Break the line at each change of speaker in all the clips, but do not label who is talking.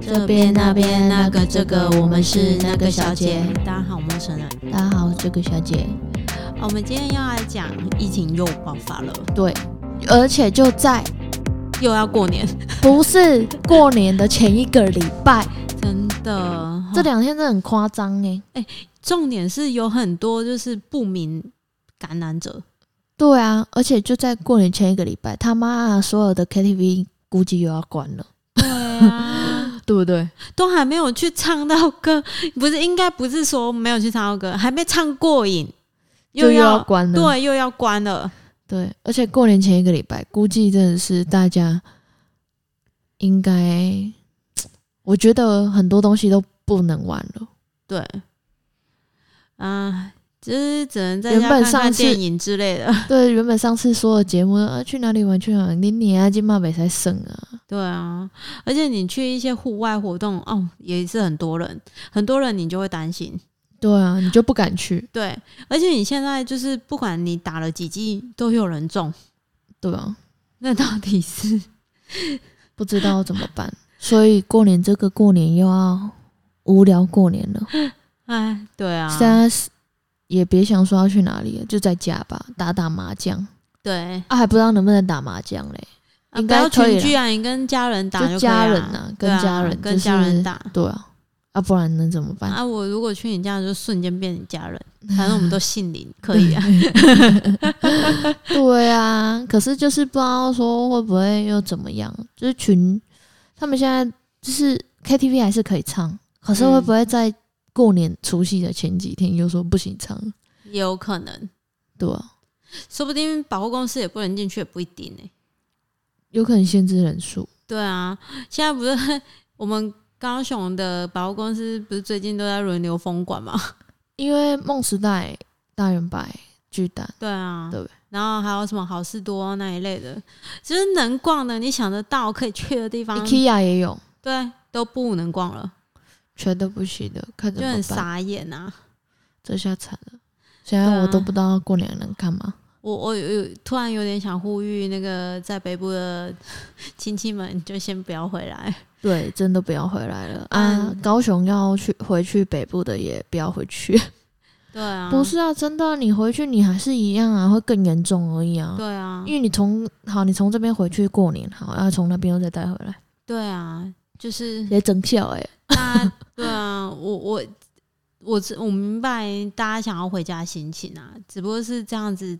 这边那边那个这个，我们是那个小姐。
大家好，我们是人。
大家好，我是这个小姐。
我们今天要来讲疫情又爆发了，
对，而且就在
又要过年，
不是过年的前一个礼 拜，
真的。
这两天真的很夸张哎。
重点是有很多就是不明感染者，
对啊，而且就在过年前一个礼拜，他妈、啊、所有的 KTV 估计又要关了，
对啊，
对不对？
都还没有去唱到歌，不是应该不是说没有去唱到歌，还没唱过瘾，
就又
要
要关了。
对，又要关了。
对，而且过年前一个礼拜，估计真的是大家应该，我觉得很多东西都不能玩了。
对，啊，就是只能在
原
家
本
看看
上次
电影之类的。
对，原本上次说的节目啊，去哪里玩去哪里玩，你你啊，金马北才省啊，
对啊，而且你去一些户外活动，哦，也是很多人，很多人你就会担心。
对啊，你就不敢去，
对，而且你现在就是不管你打了几剂，都有人中，
对啊，
那到底是
不知道怎么办，所以过年这个过年又要无聊过年了，
哎，对啊，
现在是也别想说要去哪里了，就在家吧，打打麻将
对，
啊，还不知道能不能打麻将嘞，
啊
应
不要
该可
群
以啦
聚啊，你跟家人打
就
就
家
可以
人
啊，
啊，
对
跟家人、
啊、
就
跟家人
是
打。
对啊，啊，不然能怎么办？
啊！我如果去你家，就瞬间变你家 人，反正我们都姓林，可以啊。
对啊，可是就是不知道说会不会又怎么样，就是群他们现在就是 KTV 还是可以唱，可是
嗯
会不会在过年除夕的前几天又说不行唱？
也有可能，
对啊，
说不定百货公司也不能进去，也不一定欸呢、
有可能限制人数。
对啊，现在不是我们高雄的百货公司不是最近都在轮流封馆吗？
因为梦时代、大圆白、巨蛋，
对啊，
对
然后还有什么好事多那一类的，就是能逛的，你想得到可以去的
啊
地方，
IKEA 也有，
对，都不能逛了，
全都不行的，看怎
就很
么办。
傻眼啊！
这下惨了，现在我
对啊
都不知道过年能干嘛。
我我有突然有点想呼吁那个在北部的亲戚们，就先不要回来。
对，真的不要回来了啊
嗯！
高雄要去回去北部的也不要回去。
对啊，
不，是 啊，真的，你回去你还是一样啊，会更严重而已啊。
对啊
因，为你从好，你从这边回去过年，好，然后从那边又再带回来，
对啊，就是
也整笑哎、
那对啊，我我我知我明白大家想要回家的心情啊，只不过是这样子，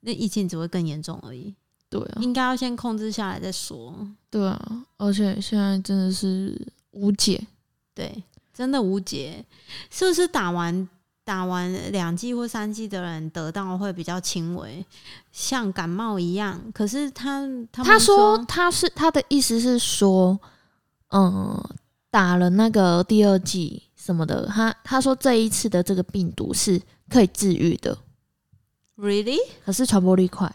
那疫情只会更严重而已，
对啊，
应该要先控制下来再说。
对啊，而且现在真的是无解，
对，真的无解，是不是打完打完两剂或三剂的人得到会比较轻微，像感冒一样？可是他他们
他说他是他的意思是说，嗯，打了那个第二剂什么的，他他说这一次的这个病毒是可以治愈的，
really，
可是传播力快，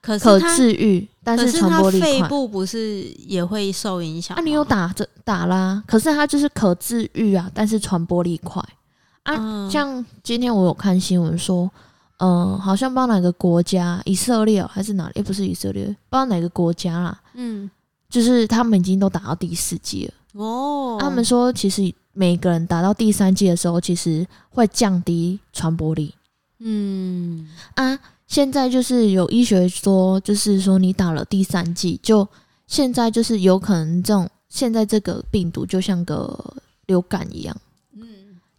可
可
是他
治愈，但
可
是
是
传
他
播力
肺
快。
部不是也会受影响
啊，
吗？
你有打这打啦，可是它就是可治愈啊，但是传播力快。啊
嗯
像今天我有看新闻说，嗯、好像不知道哪个国家，以色列哦、还是哪里，诶不是以色列，不知道哪个国家啦，
嗯
就是他们已经都打到第四季了。
哦，
他们说，其实每个人打到第三季的时候，其实会降低传播力
嗯。
啊。现在就是有医学说，就是说你打了第三季，就现在就是有可能这种现在这个病毒就像个流感一样。
嗯，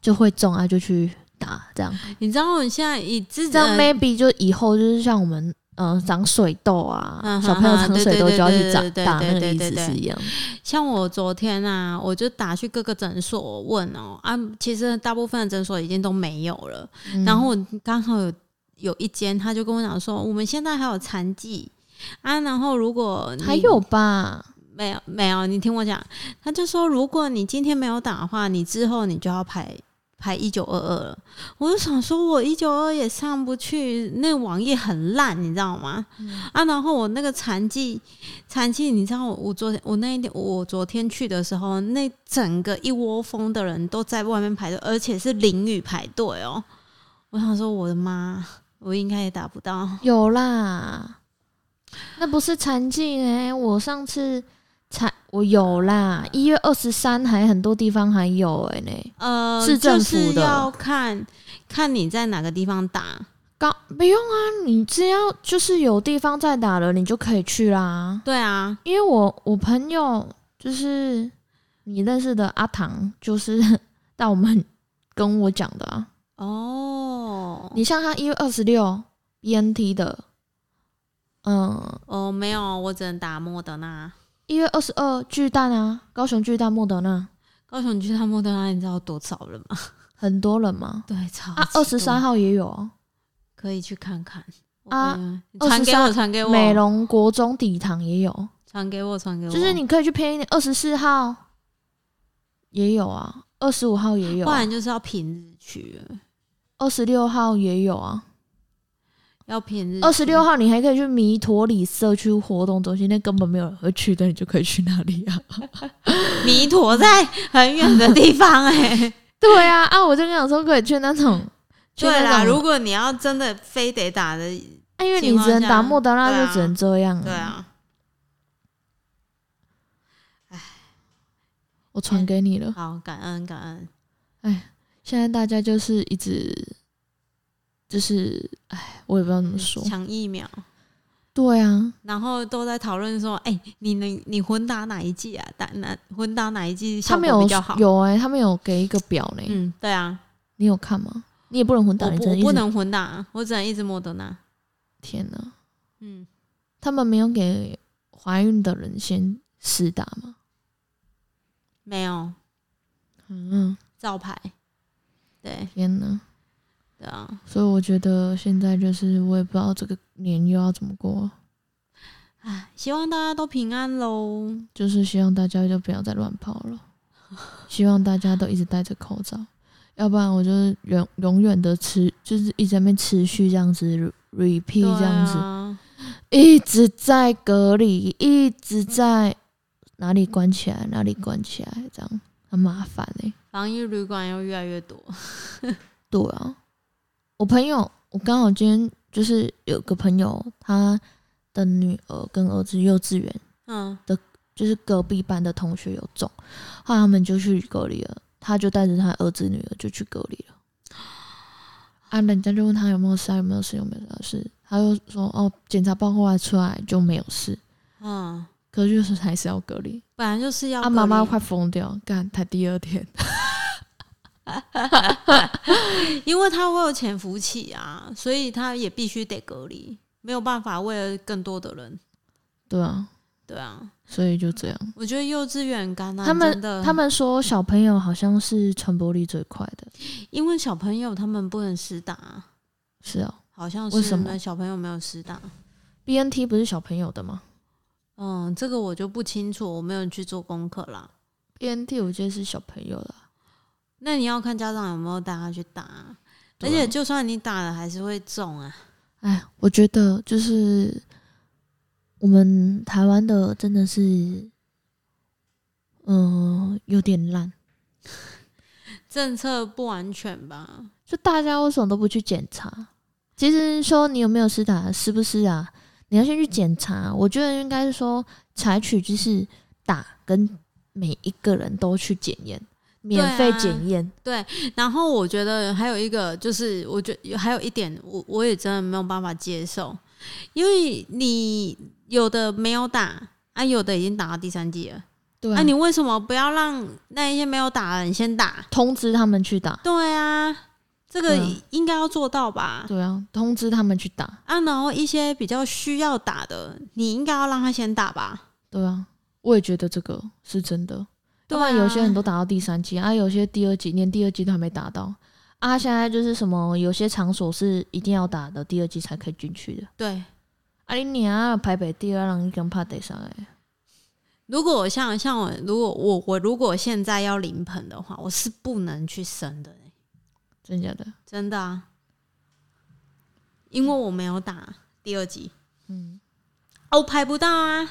就会中啊，就去打这样。
你知道我现在以自己
这样 maybe 就以后就是像我们嗯、呃长水痘啊，小朋友长水痘就要去
嗯
长
哼哼对对对对对
打那
对
个
对
意
对
思
对
是一样。
像我昨天啊，我就打去各个诊所问哦、啊，其实大部分的诊所已经都没有了。
嗯
然后我刚好有有一间，他就跟我讲说，我们现在还有残疾啊，然后如果你
还有吧，
没有没有，你听我讲，他就说如果你今天没有打的话，你之后你就要排排一九二二了。我就想说，我一九二也上不去，那网页很烂，你知道吗？
嗯
啊，然后我那个残疾残疾，你知道我我昨天我那一天我昨天去的时候，那整个一窝蜂的人都在外面排队，而且是淋雨排队哦。我想说，我的妈，我应该也打不到。
欸有啦，那不是残疾哎、我上次残我有啦，一月二十三还很多地方还有哎、呢，
呃，
市政府的
就是要看看你在哪个地方打。
高不用啊，你只要就是有地方在打了，你就可以去啦。
对啊，
因为我我朋友就是你认识的阿唐，就是 到我们跟我讲的啊。
哦，
你像他一月二十六 BNT 的，嗯，
哦，没有，我只能打莫德纳。
一月二十二巨蛋啊，高雄巨蛋莫德纳，
高雄，你去看莫德纳，你知道多少人吗？
很多人嘛。
对，超
啊，
级多
二十三号也有啊
可以去看看
啊
啊！你传给我，
23
传给我，
美容国中底堂也有，
传给我，传给我。
就是你可以去偏一点，二十四号也有啊，二十五号也有
不
啊、
然就是要平日去了，
二十六号也有啊。
要平日去。
二十六号你还可以去弥陀里社区活动中心，那根本没有人会去，但你就可以去那 里啊。
弥陀在很远的地方哎、
对啊，啊，我就跟你说可以去那种，去
对
那
啦，
种
如果你要真的非得打的，
啊，因为
情
你
况
只能打
下
莫德
对
纳，
啊
就只能这样、
对，啊，
我传给你了。
好，感恩感恩。
现在大家就是一直，就是，哎，我也不知道怎么说。
抢疫苗，
对啊，
然后都在讨论说，哎、你能你混打哪一剂啊？打哪混打哪一剂
他
效
们有
果比较好？
有哎、他们有给一个表呢、
嗯，对啊，
你有看吗？你也不能混打，
我
你
不
只
我
能一
不
直
能混打，我只能一直莫德纳。
天哪！
嗯，
他们没有给怀孕的人先试打吗？
没有
嗯，
照牌。对
天哪！
对啊，
所以我觉得现在就是我也不知道这个年又要怎么过，
哎，希望大家都平安喽。
就是希望大家就不要再乱跑 了，希望大家都一直戴着口罩，要不然我就是永永远的持，就是一直在那边持续这样子 re- repeat 这样子，
对啊
一直在隔离，一直在哪里关起来，哪里关起来，这样很麻烦哎、
防疫旅馆又越来越多。
对啊，我朋友，我刚好今天就是有个朋友，他的女儿跟儿子幼稚园，
嗯，
就是隔壁班的同学有中，后来他们就去隔离了，他就带着他儿子女儿就去隔离了。啊，人家就问他有没有事啊，有没有事，有没有事，他就说哦，检查报告啊出来就没有事，
嗯，
可是就是还是要隔离。
本来就是要
啊，
隔
妈妈
离
快疯掉，干才第二天，
因为他会有潜伏期啊，所以他也必须得隔离，没有办法为了更多的人。
对啊，
对啊，
所以就这样。
我觉得幼稚园感染
他们
真的
他们说小朋友好像是传播力最快的，
因为小朋友他们不能施打，啊
是哦
好像
为
是
什么
没有小朋友没有施打。
，B N T 不是小朋友的吗
嗯，这个我就不清楚，我没有去做功课啦。
？B N T 我觉得是小朋友的啊，
那你要看家长有没有带他去打啊，而
对
且
啊
就算你打了，还是会中啊。
哎，我觉得就是我们台湾的真的是，嗯、有点烂，
政策不完全吧？
就大家为什么都不去检查？其实说你有没有施打，是不是啊？你要先去检查。我觉得应该是说采取就是打跟每一个人都去检验，免费检验。
然后我觉得还有一个就是，我觉得还有一点，我我也真的没有办法接受，因为你有的没有打，啊，有的已经打到第三季了，
对
那、
啊，
你
你
为什么不要让那一些没有打的人先打？
通知他们去打。
对啊，这个
对啊
应该要做到吧？
对啊，通知他们去打。
啊，然后一些比较需要打的，你应该要让他先打吧？
对啊，我也觉得这个是真的。
对
要
啊
不然有些人都打到第三季，啊，有些第二季连第二季都还没打到。啊，现在就是什么，有些场所是一定要打的，第二季才可以进去的。
对，
啊，你娘啊排北第二，让你跟怕得上哎。
如果我像像我，如果我我如果现在要临盆的话，我是不能去生的、欸
真假的？
真的啊，因为我没有打第二集，
嗯，
哦，我排不到啊，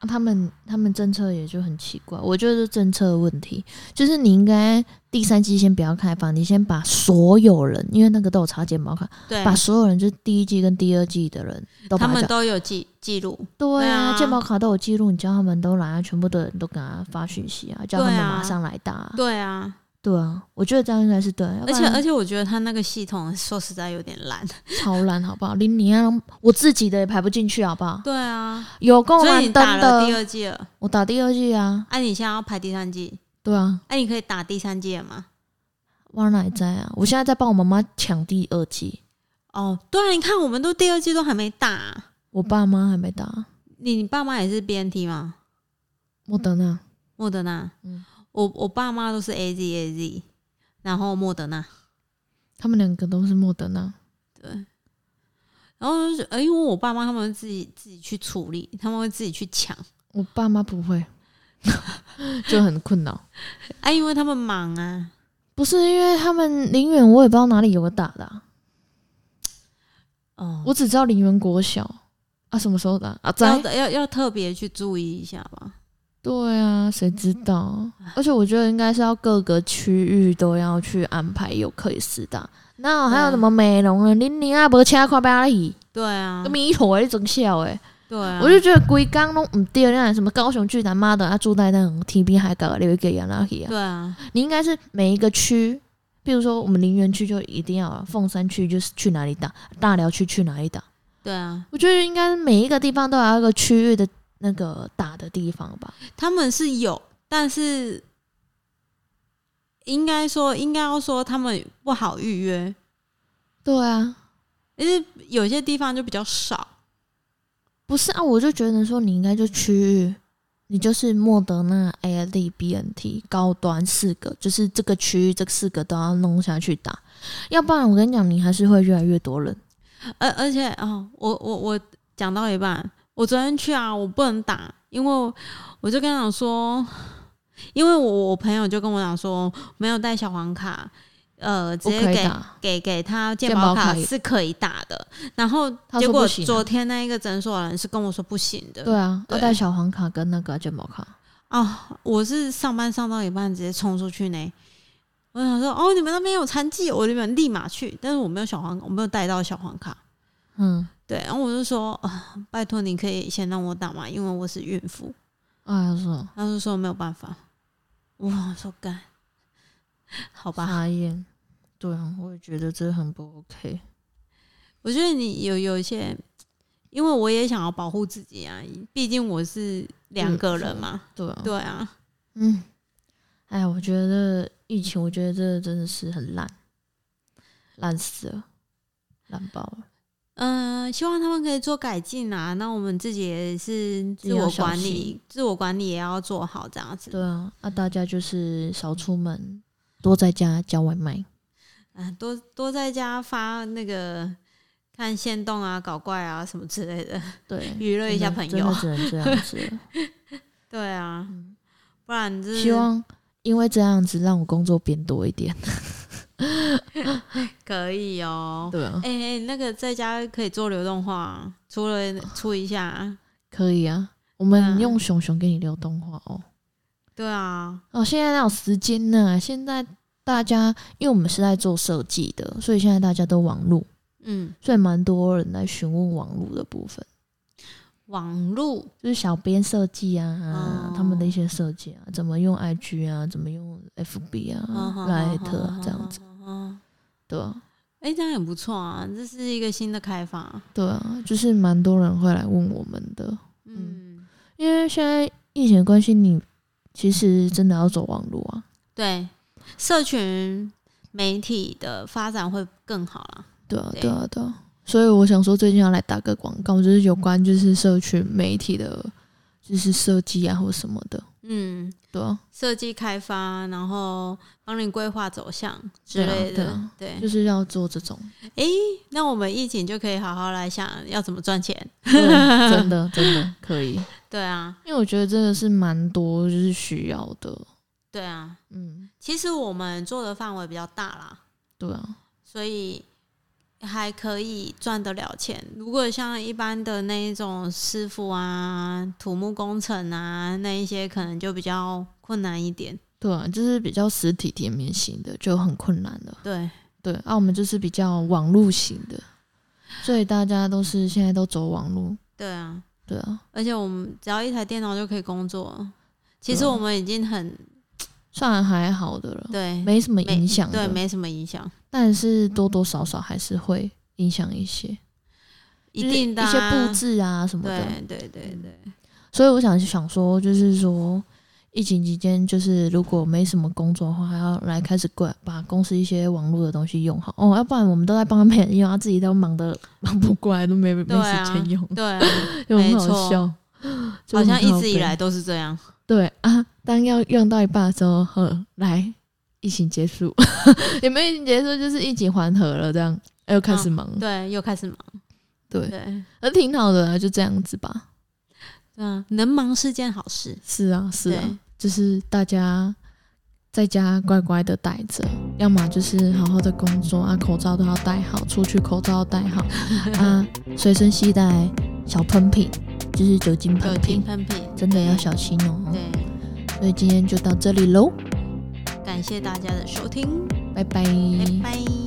他们他们政策也就很奇怪，我觉得是政策的问题，就是你应该第三季先不要开放，你先把所有人，因为那个都有查健保卡，
对，
把所有人就是第一季跟第二季的人都把
他
它
们
缴
都有记记录，
对
对啊
啊，健保卡都有记录，你叫他们都来啊，全部的人都给他发讯息啊，叫他们
对啊
马上来打啊、
对啊，
对啊，我觉得这样应该是对，
而且而
且
且我觉得他那个系统说实在有点烂，
超烂好不好？连你啊，我自己的也排不进去好不好？
对啊，
有够
所
难
以你打
登
了第
的，
二季了，
我打第二季啊，
哎、你现在要排第三季，
对啊，
哎、你可以打第三季了吗？
我哪里在啊？我现在在帮我妈妈抢第二季，
哦，对啊，你看我们都第二季都还没打、啊
我爸妈还没打，
你你爸妈也是 BNT 吗？
莫德纳，
莫德纳，
嗯
我我爸妈都是 AZ AZ，然后莫德纳，
他们两个都是莫德纳，
然后就是呃，因为我爸妈他们会自己自己去处理，他们会自己去抢，
我爸妈不会， 就很困扰。
哎、因为他们忙啊，
不是因为他们林远，我也不知道哪里有打的啊、
哦，
我只知道林园国小啊，什么时候打啊？
要
在
要要特别去注意一下吧。
对啊，谁知道？而且我觉得应该是要各个区域都要去安排有可以试打。那还有什么美容啊？林林啊，无车看巴黎，
对啊
都，迷糊诶，整笑欸诶，
对啊，
我就觉得规工拢唔对，那什么高雄巨蛋妈的，啊住在那种 TB 海港留一个亚拉去啊。
对啊，
你应该是每一个区，比如说我们林园区就一定要啊，凤山区就是去哪里打，大寮区去哪里打。
对啊，
我觉得应该每一个地方都有一个区域的那个打的地方吧。
他们是有，但是应该说应该要说他们不好预约，
对啊，
因为有些地方就比较少。
不是啊，我就觉得说你应该就区域，你就是莫德纳、A D、B N T 高端四个，就是这个区域这四个都要弄下去打，要不然我跟你讲，你还是会越来越多人。
而而且哦，我我我讲到一半，我昨天去啊，我不能打，因为我就跟他讲说，因为我我朋友就跟我讲说，没有带小黄卡，呃，直
不
接
可以
给
打，
给给他健
健
保
保卡
卡
也
是可以打的。然后
他
结
说
果
不行啊
昨天那一个诊所的人是跟我说不行的。
对啊，
呃对
要带小黄卡跟那个健保卡。
哦，我是上班上到一半直接冲出去呢。我想说，哦，你们那边有残疾，我这边立马去，但是我没有小黄，我没有带到小黄卡。
嗯，
对，然后我就说，啊，拜托你可以先让我打嘛，因为我是孕妇。
哎呀，说
他就说没有办法，我想说干，好吧。
傻眼。对啊，我也觉得这很不 OK。
我觉得你有有一些，因为我也想要保护自己啊，毕竟我是两个人嘛。
对啊，
对啊，
嗯，哎，我觉得疫情，我觉得这真的是很烂，烂死了，烂爆了。
嗯、希望他们可以做改进啊。那我们自己也是自我管
自己要小
理，自我管理也要做好这样子。
对啊，那、大家就是少出门，多在家叫外卖。
啊，多多在家发那个看线动啊、搞怪啊什么之类的，
对，
娱乐一下朋
真的
友。
真的只能这样子了。
对啊，
嗯
不然 就是
希望因为这样子让我工作变多一点。
可以哦。
对啊
哎、，欸那个在家可以做流动画啊，除了出一下，
可以啊。我们用熊熊给你留动画哦。
对啊，
哦，现在哪有时间呢？现在大家，因为我们是在做设计的，所以现在大家都网路。
嗯，
所以蛮多人来询问网络的部分，
网路
就是小编设计啊，
哦
他们的一些设计啊，怎么用 IG 啊，怎么用 FB 啊、来特啊这样子，。
嗯，
对啊，
哎、这样也不错啊，这是一个新的开发。
对啊，就是蛮多人会来问我们的，
嗯，
因为现在疫情的关系，你其实真的要走网络啊，
对，社群媒体的发展会更好啦。
对啊，
对
对啊，对啊，所以我想说，最近要来打个广告，就是有关就是社群媒体的，就是设计啊或什么的，
嗯，
对啊，
设计开发，然后帮你规划走向之
对啊
类
对
的。哎
啊
对，
就是要做 这种。
那我们疫情就可以好好来想要怎么赚钱。
对，真的真的可以，
对啊，
因为我觉得真的是蛮多就是需要的，
对啊。
嗯，
其实我们做的范围比较大啦，
对啊，
所以还可以赚得了钱。如果像一般的那一种师傅啊、土木工程啊那一些，可能就比较困难一点。
对啊，就是比较实体店面型的就很困难了。
对，
对，啊，我们就是比较网路型的，所以大家都是现在都走网路。
对啊，
对啊，
而且我们只要一台电脑就可以工作。其实
对啊
我们已经很
算还好的了，
对，
没什么影响
对，
的，
没什么影响，
但是
嗯
多多少少还是会影响一些，
一
就是
定的、
一些
啊、
布置啊什么的。嗯
对对对对，
所以我想想说，就是说疫情期间，就是如果没什么工作的话，还要来开始管把公司一些网络的东西用好哦，要不然我们都在 帮别人用，他自己都忙的 忙不过来，都没、
对
没
啊
时间用，
对啊，
就很
没错
好笑。
好
就很
像一
靠
直以
北
来都是这样。
对啊，当要用到一半的时候，呵，来疫情结束， 也没有疫情结束，就是疫情缓和了，这样又开
嗯
始忙，
对，又开始忙。
嗯对
对，
那挺好的啊，就这样子吧。
对啊，能忙是件好事。
是啊，是啊，
对
就是大家在家乖乖的待着，要么就是好好的工作啊，口罩都要戴好，出去口罩要戴 好啊，随身携带小喷瓶，就是酒精
酒
喷
精
瓶，
喷瓶，
真的要小心哦。
对，
所以今天就到这里喽，
感谢大家的收听，
拜拜
拜拜。